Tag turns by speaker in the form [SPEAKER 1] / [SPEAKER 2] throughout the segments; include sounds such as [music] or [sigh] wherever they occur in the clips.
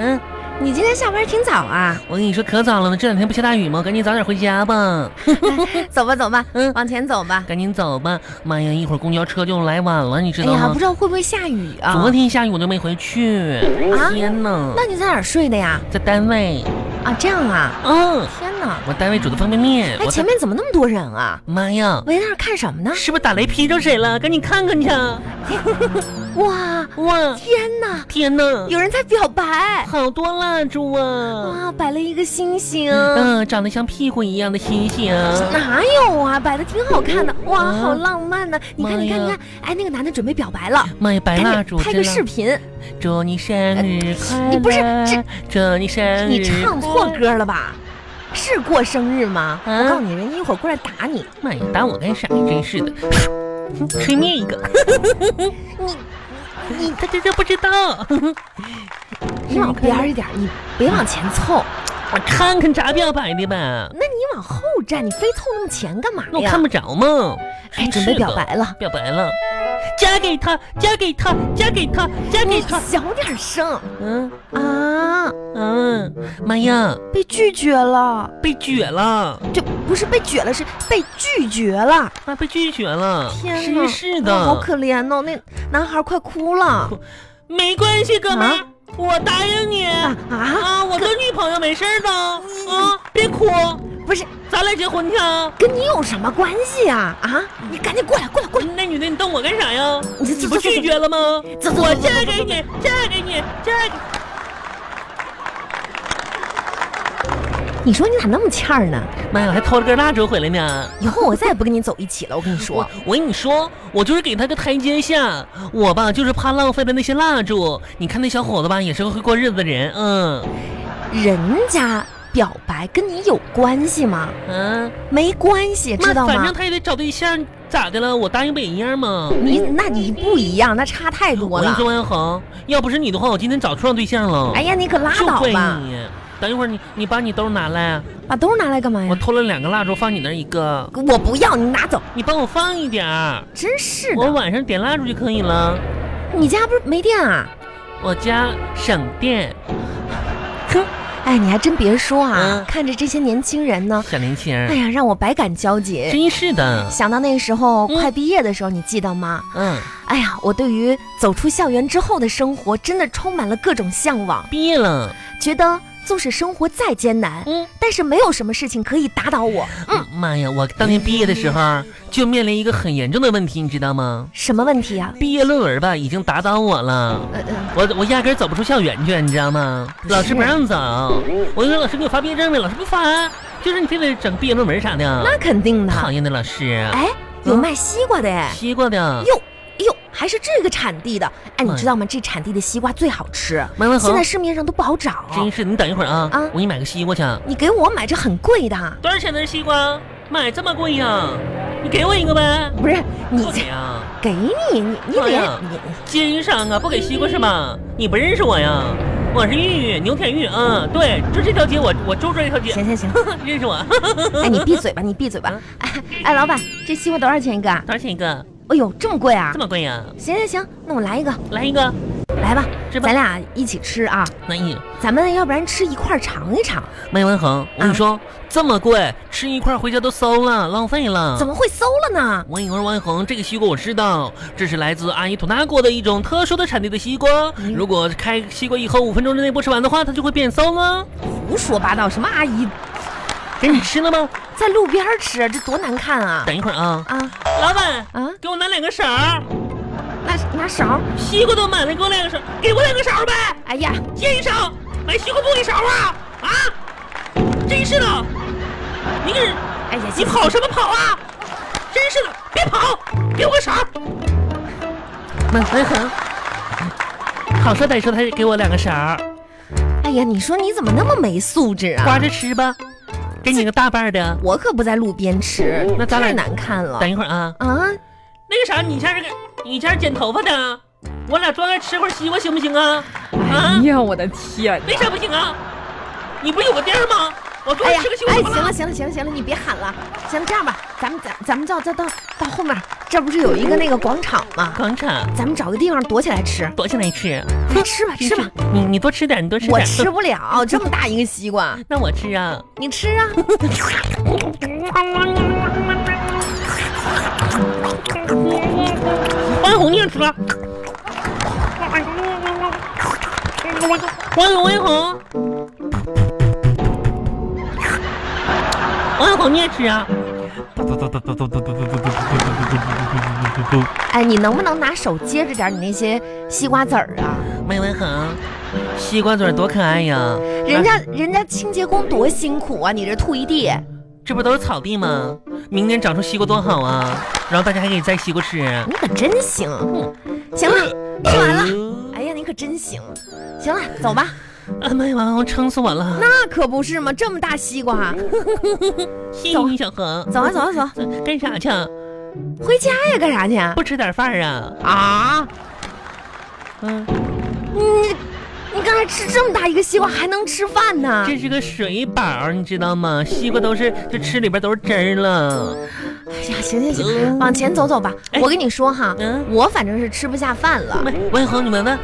[SPEAKER 1] 嗯你今天下班挺早啊，
[SPEAKER 2] 我跟你说可早了呢，这两天不下大雨吗？赶紧早点回家吧，
[SPEAKER 1] [laughs] 走吧走吧，
[SPEAKER 2] 嗯
[SPEAKER 1] 往前走吧。
[SPEAKER 2] 赶紧走吧。妈呀，一会儿公交车就来晚了，你知
[SPEAKER 1] 哎
[SPEAKER 2] 道
[SPEAKER 1] 呀，
[SPEAKER 2] 吗
[SPEAKER 1] 不？知道会不会下雨啊？
[SPEAKER 2] 昨天下雨我都没回去，
[SPEAKER 1] 啊
[SPEAKER 2] 天呐，
[SPEAKER 1] 那你在哪儿睡的呀？
[SPEAKER 2] 在单位，
[SPEAKER 1] 啊，这样啊，
[SPEAKER 2] 嗯，
[SPEAKER 1] 天哪！
[SPEAKER 2] 我单位煮的方便面，
[SPEAKER 1] 哎，
[SPEAKER 2] 我
[SPEAKER 1] 前
[SPEAKER 2] 在
[SPEAKER 1] 面怎么那么多人啊？
[SPEAKER 2] 妈呀，
[SPEAKER 1] 围在那儿看什
[SPEAKER 2] [laughs]
[SPEAKER 1] 么呢？
[SPEAKER 2] 是不是打雷劈着谁了？赶紧看看去！
[SPEAKER 1] 哇，
[SPEAKER 2] 哇，
[SPEAKER 1] 天哪，
[SPEAKER 2] 天呐，
[SPEAKER 1] 有人在表白！
[SPEAKER 2] 好多蜡烛啊！
[SPEAKER 1] 哇，摆了一个星星，
[SPEAKER 2] 嗯，长得像屁股一样的星星。
[SPEAKER 1] 哪有啊？摆的挺好看的，哇，
[SPEAKER 2] 啊
[SPEAKER 1] 好浪漫呢！你看，
[SPEAKER 2] 妈呀
[SPEAKER 1] 你看，你看，哎，那个男的准备表白了，
[SPEAKER 2] 妈呀，白蜡
[SPEAKER 1] 赶紧
[SPEAKER 2] 烛！
[SPEAKER 1] 拍个
[SPEAKER 2] 真
[SPEAKER 1] 视
[SPEAKER 2] 的
[SPEAKER 1] 频。
[SPEAKER 2] 祝你生日快乐！
[SPEAKER 1] 你哎不是这
[SPEAKER 2] 祝你生日快乐！
[SPEAKER 1] 你唱错歌了吧？是过生日吗？
[SPEAKER 2] 啊
[SPEAKER 1] 我告诉你，人家一会儿过来打你。
[SPEAKER 2] 妈呀，打我干啥？真是的，吹灭一个，
[SPEAKER 1] 你
[SPEAKER 2] 你他这这不知道，
[SPEAKER 1] 你嗯往边儿一点，你别往前凑。
[SPEAKER 2] 我看看咋表白的吧？
[SPEAKER 1] 那你往后站，你非凑那么前干嘛
[SPEAKER 2] 那我
[SPEAKER 1] 呀
[SPEAKER 2] 看？不着嘛。
[SPEAKER 1] 哎，
[SPEAKER 2] 真
[SPEAKER 1] 准
[SPEAKER 2] 是
[SPEAKER 1] 备
[SPEAKER 2] 的
[SPEAKER 1] 表，白了，
[SPEAKER 2] 表白了，嫁给他，嫁给他，嫁给他，嫁给
[SPEAKER 1] 你
[SPEAKER 2] 他。
[SPEAKER 1] 小点声
[SPEAKER 2] 嗯
[SPEAKER 1] 哎啊！
[SPEAKER 2] 嗯，妈呀，
[SPEAKER 1] 被拒绝了，
[SPEAKER 2] 被撅了，
[SPEAKER 1] 这不是被撅了，是被拒绝了。
[SPEAKER 2] 啊，被拒绝了，
[SPEAKER 1] 天哪，
[SPEAKER 2] 真是
[SPEAKER 1] 啊
[SPEAKER 2] 的，
[SPEAKER 1] 好可怜哦，那男孩快哭了
[SPEAKER 2] 没关系，哥们儿
[SPEAKER 1] 啊，
[SPEAKER 2] 我答应你
[SPEAKER 1] 啊
[SPEAKER 2] 啊，
[SPEAKER 1] 啊！
[SPEAKER 2] 我跟女朋友没事儿的
[SPEAKER 1] 嗯
[SPEAKER 2] 啊，别哭，
[SPEAKER 1] 不是，
[SPEAKER 2] 咱俩结婚去啊。
[SPEAKER 1] 跟你有什么关系呀？啊，你赶紧过来，过来，过来！
[SPEAKER 2] 那女的，你瞪我干啥呀？
[SPEAKER 1] 你这
[SPEAKER 2] 你不拒绝了吗？
[SPEAKER 1] 走走
[SPEAKER 2] 我嫁给你，嫁给你，嫁给
[SPEAKER 1] 你说你咋那么欠儿呢？
[SPEAKER 2] 你！妈呀，我还掏了根蜡烛回来呢。
[SPEAKER 1] 以后我再也不跟你走一起了。我跟你说
[SPEAKER 2] 我，我跟你说，我就是给他个台阶下，我吧就是怕浪费了那些蜡烛。你看那小伙子吧，也是个会过日子的人，嗯
[SPEAKER 1] 人家表白跟你有关系吗？
[SPEAKER 2] 嗯，
[SPEAKER 1] 没关系，
[SPEAKER 2] 那
[SPEAKER 1] 知道
[SPEAKER 2] 反
[SPEAKER 1] 吗
[SPEAKER 2] 正？他也得找对象，咋的了？我答应不也一样吗？
[SPEAKER 1] 你那你不一样，那差太多
[SPEAKER 2] 我跟你
[SPEAKER 1] 了
[SPEAKER 2] 说，。万恒，要不是你的话，我今天早处上对象了。
[SPEAKER 1] 哎呀，你可拉
[SPEAKER 2] 就
[SPEAKER 1] 倒
[SPEAKER 2] 怪
[SPEAKER 1] 吧！哎
[SPEAKER 2] 你。等一会儿你你把你兜拿来，
[SPEAKER 1] 把兜拿来干嘛
[SPEAKER 2] 我
[SPEAKER 1] 呀？
[SPEAKER 2] 偷了两个蜡烛，放你那儿一个，
[SPEAKER 1] 我不要，你拿走。
[SPEAKER 2] 你帮我放一点儿。
[SPEAKER 1] 真是
[SPEAKER 2] 我
[SPEAKER 1] 的，
[SPEAKER 2] 晚上点蜡烛就可以了。
[SPEAKER 1] 你家不是没电啊？
[SPEAKER 2] 我家省电，
[SPEAKER 1] 哎，你还真别说啊
[SPEAKER 2] 嗯，
[SPEAKER 1] 看着这些年轻人呢，
[SPEAKER 2] 小年轻儿，
[SPEAKER 1] 哎呀，让我百感交集。
[SPEAKER 2] 真是的。
[SPEAKER 1] 想到那时候
[SPEAKER 2] 嗯
[SPEAKER 1] 快毕业的时候，你记得吗？
[SPEAKER 2] 嗯，
[SPEAKER 1] 哎呀，我对于走出校园之后的生活，真的充满了各种向往，
[SPEAKER 2] 毕业了。
[SPEAKER 1] 觉得纵使生活再艰难，
[SPEAKER 2] 嗯，
[SPEAKER 1] 但是没有什么事情可以打倒我。嗯，
[SPEAKER 2] 妈呀，我当年毕业的时候就面临一个很严重的问题，你知道吗？
[SPEAKER 1] 什么问题啊？
[SPEAKER 2] 毕业论文吧已经打倒我了。
[SPEAKER 1] 呃呃，
[SPEAKER 2] 我我压根儿走不出校园去，你知道吗？
[SPEAKER 1] 不是
[SPEAKER 2] 老师不让走，我就说老师给我发毕业证呗，老师不发，就是你非得整毕业论文啥的。
[SPEAKER 1] 那肯定的。
[SPEAKER 2] 讨厌的老师，啊
[SPEAKER 1] 哎，有卖西瓜的哎，
[SPEAKER 2] 西瓜的，
[SPEAKER 1] 哟哟，还是这个产地的。
[SPEAKER 2] 妈
[SPEAKER 1] 哎，你
[SPEAKER 2] 呀
[SPEAKER 1] 知道吗？这产地的西瓜最好吃，
[SPEAKER 2] 麦文
[SPEAKER 1] 现在
[SPEAKER 2] 恒，
[SPEAKER 1] 市面上都不好找。
[SPEAKER 2] 真是你等一会儿啊，
[SPEAKER 1] 啊
[SPEAKER 2] 我给你买个西瓜去。
[SPEAKER 1] 你给我买这很贵的，
[SPEAKER 2] 多少钱的西瓜？买这么贵呀、你给我一个呗。
[SPEAKER 1] 不是你
[SPEAKER 2] 不
[SPEAKER 1] 这
[SPEAKER 2] 给啊，
[SPEAKER 1] 给你你你
[SPEAKER 2] 妈
[SPEAKER 1] 脸
[SPEAKER 2] 呀
[SPEAKER 1] 你
[SPEAKER 2] 奸商啊！不给西瓜是吧？你不认识我呀？我是玉玉，牛田玉啊、嗯对，就这条街我我就这一条街，
[SPEAKER 1] 行行行，
[SPEAKER 2] 你 [laughs] 认识我？ [laughs]
[SPEAKER 1] 哎你闭嘴 [laughs] 吧你闭嘴吧
[SPEAKER 2] 啊。
[SPEAKER 1] 哎哎，老板，这西瓜多少钱一个啊？
[SPEAKER 2] 多少钱一个？
[SPEAKER 1] 哎呦，这么贵啊
[SPEAKER 2] 这！么贵呀、
[SPEAKER 1] 行行行，那我来一个，
[SPEAKER 2] 来一个，
[SPEAKER 1] 来吧，
[SPEAKER 2] 吃吧
[SPEAKER 1] 咱。俩一起吃啊！
[SPEAKER 2] 那一
[SPEAKER 1] 咱们要不然吃一块儿尝一尝？
[SPEAKER 2] 麦文恒，我
[SPEAKER 1] 嗯
[SPEAKER 2] 跟你说，这么贵，吃一块回家都馊了，浪费了。
[SPEAKER 1] 怎么会馊了呢？
[SPEAKER 2] 我跟你说，王一恒，这个西瓜我知道，这是来自阿依土纳国的一种特殊的产地的西瓜。
[SPEAKER 1] 嗯
[SPEAKER 2] 如果开西瓜以后五分钟之内不吃完的话，它就会变馊了。
[SPEAKER 1] 胡说八道，什么阿姨
[SPEAKER 2] 给你吃了吗？
[SPEAKER 1] 在路边儿吃，这多难看啊！
[SPEAKER 2] 等一会儿啊，
[SPEAKER 1] 啊
[SPEAKER 2] 老板，
[SPEAKER 1] 啊，
[SPEAKER 2] 给我拿两个勺儿，
[SPEAKER 1] 拿拿勺儿，
[SPEAKER 2] 西瓜都满了，给我两个勺儿，给我两个勺儿呗，
[SPEAKER 1] 哎呀，
[SPEAKER 2] 借一勺，买西瓜不给勺啊啊！真是的，你给
[SPEAKER 1] 哎呀，
[SPEAKER 2] 你跑什么跑啊？真是的，别跑，给我个勺儿。那
[SPEAKER 1] 哎
[SPEAKER 2] 文恒，好说歹说，他给我两个勺儿。
[SPEAKER 1] 哎呀，你说你怎么那么没素质啊？
[SPEAKER 2] 刮着吃吧，给你个大半儿的。
[SPEAKER 1] 我可不在路边吃，
[SPEAKER 2] 嗯那咱俩
[SPEAKER 1] 太难看了
[SPEAKER 2] 等一会儿啊，
[SPEAKER 1] 啊！
[SPEAKER 2] 那个啥，你家是个，你家是剪头发的，啊我俩专门吃块西瓜行不行啊？啊
[SPEAKER 3] 哎呀，我的天！
[SPEAKER 2] 为啥不行啊？你不是有个店儿吗？我昨
[SPEAKER 1] 哎
[SPEAKER 2] 天
[SPEAKER 1] 呀
[SPEAKER 2] 吃个西，瓜
[SPEAKER 1] 哎，
[SPEAKER 2] 怎么
[SPEAKER 1] 行
[SPEAKER 2] 了？
[SPEAKER 1] 了行了行了行了，你别喊了。行了，这样吧，咱们咱咱们到到到到后面，这不是有一个那个广场吗？
[SPEAKER 2] 广场
[SPEAKER 1] 咱们找个地方躲起来吃，
[SPEAKER 2] 躲起来吃，
[SPEAKER 1] 快吃吧吃吧。，
[SPEAKER 2] 你你多吃点，你多吃
[SPEAKER 1] 我
[SPEAKER 2] 点。
[SPEAKER 1] 吃
[SPEAKER 2] [laughs]
[SPEAKER 1] 不了这么大一个西瓜，
[SPEAKER 2] 那我吃啊。
[SPEAKER 1] 你吃
[SPEAKER 2] [laughs]
[SPEAKER 1] 啊。
[SPEAKER 2] 王一红，你也吃啊。王一红，王一红，王一红，你也吃啊。
[SPEAKER 1] 哎，你能不能拿手接着点你那些西瓜籽儿啊？
[SPEAKER 2] 梅文恒，西瓜嘴儿多可爱呀！
[SPEAKER 1] 人家
[SPEAKER 2] 嗯
[SPEAKER 1] 人家清洁工多辛苦啊，你这吐一地。
[SPEAKER 2] 这不都是草地吗？明年长出西瓜多好啊！然后大家还可以摘西瓜吃。
[SPEAKER 1] 你可真行，
[SPEAKER 2] 嗯 [laughs]
[SPEAKER 1] 行了，吃完了。哎呀，你可真行，行了，走吧。
[SPEAKER 2] 啊，妈呀，王一红撑死我了！
[SPEAKER 1] 那可不是嘛，这么大西瓜，
[SPEAKER 2] 谢
[SPEAKER 1] 走
[SPEAKER 2] 谢小恒，
[SPEAKER 1] 走啊走啊走啊，
[SPEAKER 2] 干啥去啊？
[SPEAKER 1] 回家呀，干啥去啊？
[SPEAKER 2] 不吃点饭儿啊？
[SPEAKER 1] 啊，
[SPEAKER 2] 嗯，
[SPEAKER 1] 你你刚才吃这么大一个西瓜，还能吃饭呢？
[SPEAKER 2] 这是个水饱儿，你知道吗？西瓜都是这吃里边都是汁儿了。
[SPEAKER 1] 哎呀，行行行，
[SPEAKER 2] 嗯
[SPEAKER 1] 往前走走吧。
[SPEAKER 2] 哎
[SPEAKER 1] 我跟你说哈，
[SPEAKER 2] 嗯
[SPEAKER 1] 我反正是吃不下饭了。
[SPEAKER 2] 喂，王一恒，你闻闻。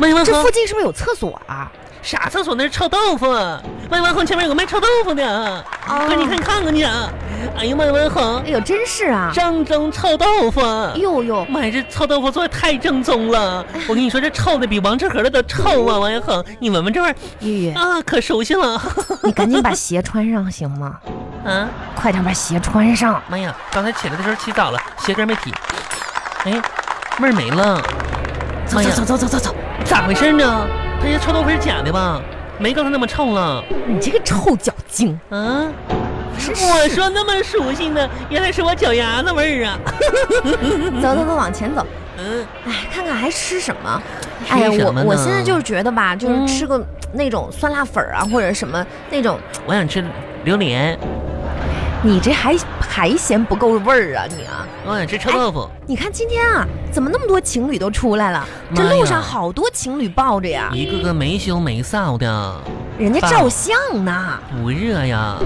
[SPEAKER 2] 喂，王一
[SPEAKER 1] [laughs] 这
[SPEAKER 2] 恒
[SPEAKER 1] 附，近是不是有厕所啊？
[SPEAKER 2] 啥厕所？那是臭豆腐。喂，王一恒，前面有个卖臭豆腐的，
[SPEAKER 1] 哦
[SPEAKER 2] 哥你看看看去啊！哎呀妈呀，王一恒
[SPEAKER 1] 哎，呦，真是啊！
[SPEAKER 2] 正宗臭豆腐。
[SPEAKER 1] 呦呦，
[SPEAKER 2] 妈呀，这臭豆腐做的太正宗了！我跟你说，这臭的比王致和的都臭啊！王一恒，你闻闻这味儿
[SPEAKER 1] 玉玉，
[SPEAKER 2] 啊，可熟悉了 [laughs]
[SPEAKER 1] 你赶紧把鞋穿上行吗？
[SPEAKER 2] 啊！
[SPEAKER 1] 快点把鞋穿上。
[SPEAKER 2] 妈呀，刚才起来的时候起早了，鞋跟没提。哎，味儿没了，
[SPEAKER 1] 走
[SPEAKER 2] 哎呀
[SPEAKER 1] 走走走走走走，
[SPEAKER 2] 咋回事呢？他这臭豆腐是假的吧？没刚才那么臭了。
[SPEAKER 1] 你这个臭脚精！
[SPEAKER 2] 啊，
[SPEAKER 1] 真是
[SPEAKER 2] 我说那么熟悉呢，原来是我脚丫子味儿啊。 [laughs]
[SPEAKER 1] 走走走，往前走。
[SPEAKER 2] 嗯，
[SPEAKER 1] 哎，看看还吃什么？哎呀，
[SPEAKER 2] 吃什么
[SPEAKER 1] 我我
[SPEAKER 2] 呢
[SPEAKER 1] 现在就是觉得吧，就是
[SPEAKER 2] 嗯
[SPEAKER 1] 吃个那种酸辣粉儿啊，或者什么那种，
[SPEAKER 2] 我想吃榴莲，
[SPEAKER 1] 你这还还嫌不够味儿啊你啊！
[SPEAKER 2] 我想吃臭豆腐。
[SPEAKER 1] 你看今天啊，怎么那么多情侣都出来了？这
[SPEAKER 2] 妈呀
[SPEAKER 1] 路上好多情侣抱着呀，
[SPEAKER 2] 一个个没羞没臊的，
[SPEAKER 1] 人家
[SPEAKER 2] 爸
[SPEAKER 1] 照相呢。
[SPEAKER 2] 不热呀？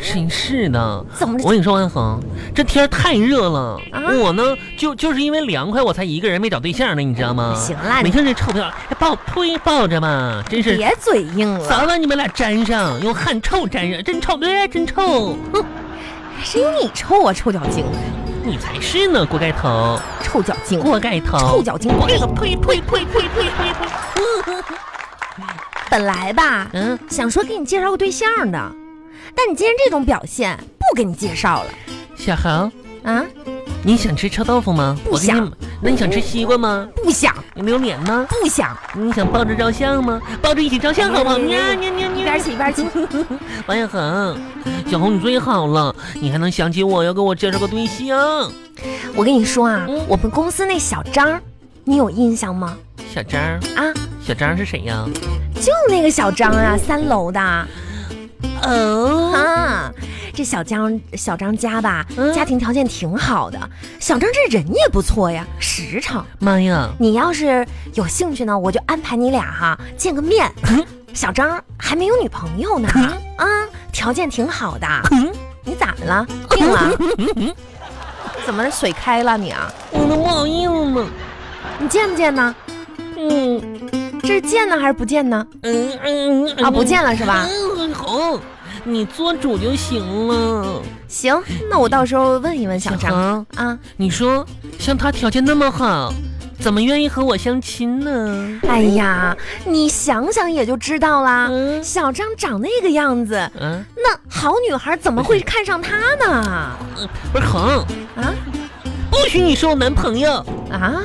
[SPEAKER 2] 真是的。
[SPEAKER 1] 怎么着
[SPEAKER 2] 我跟你说，安恒，这天儿太热了。
[SPEAKER 1] 啊
[SPEAKER 2] 我呢，就就是因为凉快，我才一个人没找对象呢，你知道吗？
[SPEAKER 1] 行啦
[SPEAKER 2] 你看这臭不要，还哎抱呸抱着嘛，真是。
[SPEAKER 1] 别嘴硬了，
[SPEAKER 2] 早晚你们俩沾上，用汗臭沾上，真臭，对，真臭。哼，
[SPEAKER 1] 谁有你臭啊，臭脚精，
[SPEAKER 2] 你才是呢，锅盖头，
[SPEAKER 1] 臭脚精，
[SPEAKER 2] 锅盖头，
[SPEAKER 1] 臭脚精！
[SPEAKER 2] 锅盖头，呸呸呸呸呸呸呸。
[SPEAKER 1] 本来吧，
[SPEAKER 2] 嗯，
[SPEAKER 1] 想说给你介绍个对象的，但你今天这种表现，不给你介绍了
[SPEAKER 2] 小豪，
[SPEAKER 1] 啊！你
[SPEAKER 2] 你想吃臭豆腐吗？
[SPEAKER 1] 不
[SPEAKER 2] 我给你
[SPEAKER 1] 想。
[SPEAKER 2] 那你想吃西瓜吗？
[SPEAKER 1] 不想，
[SPEAKER 2] 榴莲呢？
[SPEAKER 1] 不想，
[SPEAKER 2] 你想抱着照相吗？抱着一起照相好不好？
[SPEAKER 1] 嗯
[SPEAKER 2] 喵喵喵
[SPEAKER 1] 一
[SPEAKER 2] 喵！
[SPEAKER 1] 边去一边去。
[SPEAKER 2] 王小恒，小红你最好了，你还能想起我要给我介绍个对象。
[SPEAKER 1] 我跟你说啊
[SPEAKER 2] 嗯，
[SPEAKER 1] 我们公司那小张，你有印象吗？
[SPEAKER 2] 小张儿，
[SPEAKER 1] 啊，
[SPEAKER 2] 小张儿是谁呀？
[SPEAKER 1] 就那个小张啊，三楼的
[SPEAKER 2] 哦，
[SPEAKER 1] 啊。这小张，小张家吧，
[SPEAKER 2] 嗯
[SPEAKER 1] 家庭条件挺好的，小张这人也不错呀，实诚。
[SPEAKER 2] 妈呀，
[SPEAKER 1] 你要是有兴趣呢，我就安排你俩哈见个面。 [laughs] 小张还没有女朋友呢，啊，条件挺好的。你咋的了？病了？怎么水开了你啊？
[SPEAKER 2] 我都不好意思呢。
[SPEAKER 1] 你见不见呢？
[SPEAKER 2] 嗯
[SPEAKER 1] 这是见呢还是不见呢？
[SPEAKER 2] 嗯嗯嗯
[SPEAKER 1] 啊，不见了是吧？
[SPEAKER 2] 嗯，好，你做主就行了。
[SPEAKER 1] 行，那我到时候问一问小张
[SPEAKER 2] 张，
[SPEAKER 1] 啊。
[SPEAKER 2] 你说像他条件那么好，怎么愿意和我相亲呢？
[SPEAKER 1] 哎呀，你想想也就知道啦。
[SPEAKER 2] 嗯
[SPEAKER 1] 小张长那个样子，
[SPEAKER 2] 嗯，
[SPEAKER 1] 那好女孩怎么 [laughs] 会看上他呢？
[SPEAKER 2] 不是恒，
[SPEAKER 1] 啊
[SPEAKER 2] 不许你说我男朋友。
[SPEAKER 1] 啊，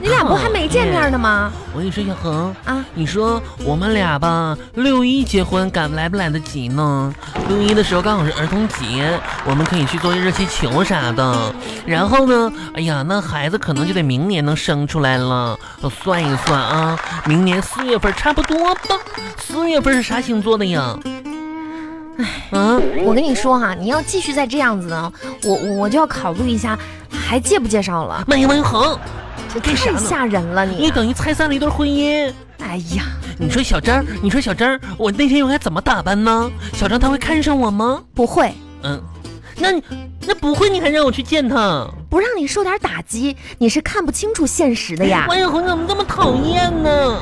[SPEAKER 1] 你俩不还没见面呢吗？
[SPEAKER 2] 我跟你说，小恒，
[SPEAKER 1] 啊，
[SPEAKER 2] 你说我们俩吧，六一结婚赶来不来得及呢？六一的时候刚好是儿童节，我们可以去做热气球啥的。然后呢，哎呀，那孩子可能就得明年能生出来了。我算一算啊，明年四月份差不多吧。四月份是啥星座的呀？哎，啊，
[SPEAKER 1] 我跟你说哈、你要继续再这样子呢，我我我就要考虑一下，还介不介绍了？
[SPEAKER 2] 慢一慢一横，
[SPEAKER 1] 这
[SPEAKER 2] 干啥
[SPEAKER 1] 太
[SPEAKER 2] 呢
[SPEAKER 1] 吓人了你，啊
[SPEAKER 2] 你等于拆散了一对婚姻。
[SPEAKER 1] 哎呀，
[SPEAKER 2] 你说小张儿，你说小张儿，我那天应该怎么打扮呢？小张他会看上我吗？
[SPEAKER 1] 不会，
[SPEAKER 2] 嗯，那你那不会，你还让我去见他？
[SPEAKER 1] 不让你受点打击，你是看不清楚现实的呀。
[SPEAKER 2] 王小哎红怎么这么讨厌呢？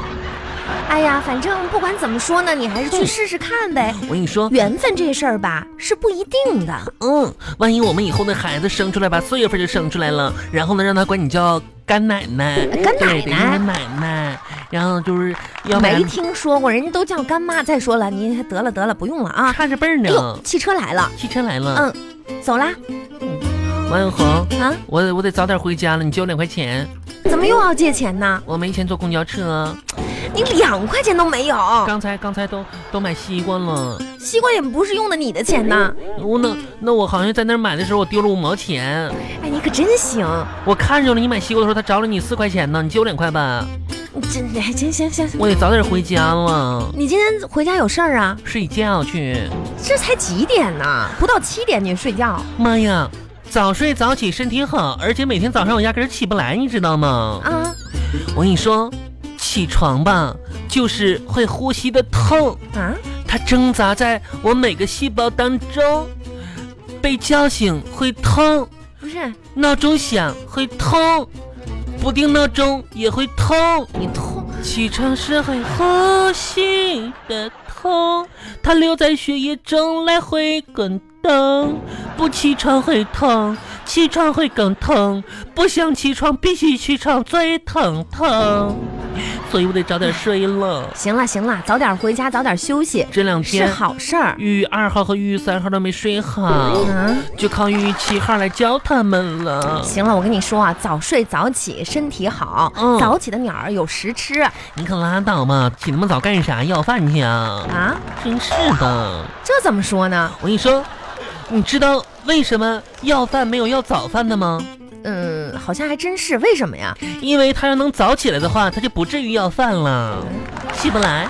[SPEAKER 1] 哎呀，反正不管怎么说呢，你还是去试试看呗。
[SPEAKER 2] 我跟你说，
[SPEAKER 1] 缘分这事儿吧，是不一定的。
[SPEAKER 2] 嗯，万一我们以后那孩子生出来吧，四月份就生出来了，然后呢，让他管你叫干奶奶，
[SPEAKER 1] 干
[SPEAKER 2] 对，得
[SPEAKER 1] 奶
[SPEAKER 2] 叫
[SPEAKER 1] 奶
[SPEAKER 2] 你奶奶，然后就是要不然
[SPEAKER 1] 没听说过，人家都叫干妈。再说了，你得了得了，不用了啊。
[SPEAKER 2] 差着辈儿
[SPEAKER 1] 哎呦
[SPEAKER 2] 呢，。
[SPEAKER 1] 汽车来了，
[SPEAKER 2] 汽车来了，
[SPEAKER 1] 嗯，走啦
[SPEAKER 2] 王小红，
[SPEAKER 1] 啊？
[SPEAKER 2] 我得我得早点回家了，你借我两块钱，
[SPEAKER 1] 怎么又要借钱呢？
[SPEAKER 2] 我没钱坐公交车，
[SPEAKER 1] 哦你两块钱都没有，
[SPEAKER 2] 刚才刚才都都买西瓜了，
[SPEAKER 1] 西瓜也不是用的你的钱呐。
[SPEAKER 2] 我那那我好像在那儿买的时候我丢了五毛钱，
[SPEAKER 1] 哎，你可真行，
[SPEAKER 2] 我看着了你买西瓜的时候他找了你四块钱呢，你借我两块吧，
[SPEAKER 1] 你真的真行行。行
[SPEAKER 2] 我得早点回家了，
[SPEAKER 1] 你今天回家有事儿啊？
[SPEAKER 2] 睡觉去。
[SPEAKER 1] 这才几点呢？不到七点你睡觉
[SPEAKER 2] 妈呀，早睡早起身体好，而且每天早上我压根儿起不来，你知道吗？
[SPEAKER 1] 啊？
[SPEAKER 2] 我跟你说，起床吧，就是会呼吸的痛，
[SPEAKER 1] 啊？
[SPEAKER 2] 它挣扎在我每个细胞当中，被叫醒会痛，
[SPEAKER 1] 不是，
[SPEAKER 2] 闹钟响会痛，不定闹钟也会痛，
[SPEAKER 1] 你痛。
[SPEAKER 2] 起床时会呼吸的痛，它留在血液中来回滚动。不起床会痛，起床会更痛，不想起床必须起床最疼痛。所以我得早点睡了。
[SPEAKER 1] 行了行了，早点回家，早点休息
[SPEAKER 2] 这两
[SPEAKER 1] 是
[SPEAKER 2] 天
[SPEAKER 1] 好事儿。
[SPEAKER 2] 玉玉二号和玉玉三号都没睡好，
[SPEAKER 1] 嗯，
[SPEAKER 2] 就靠玉玉七号来教他们了。
[SPEAKER 1] 行了，我跟你说啊，早睡早起身体好，
[SPEAKER 2] 嗯
[SPEAKER 1] 早起的鸟儿有食吃
[SPEAKER 2] 你可拉倒吧，起那么早干啥？要饭去啊！
[SPEAKER 1] 啊。
[SPEAKER 2] 真是的。
[SPEAKER 1] 这怎么说呢？
[SPEAKER 2] 我跟你说，你知道为什么要饭没有要早饭的吗？
[SPEAKER 1] 嗯，好像还真是。为什么呀？
[SPEAKER 2] 因为他要能早起来的话，他就不至于要饭了。起不来，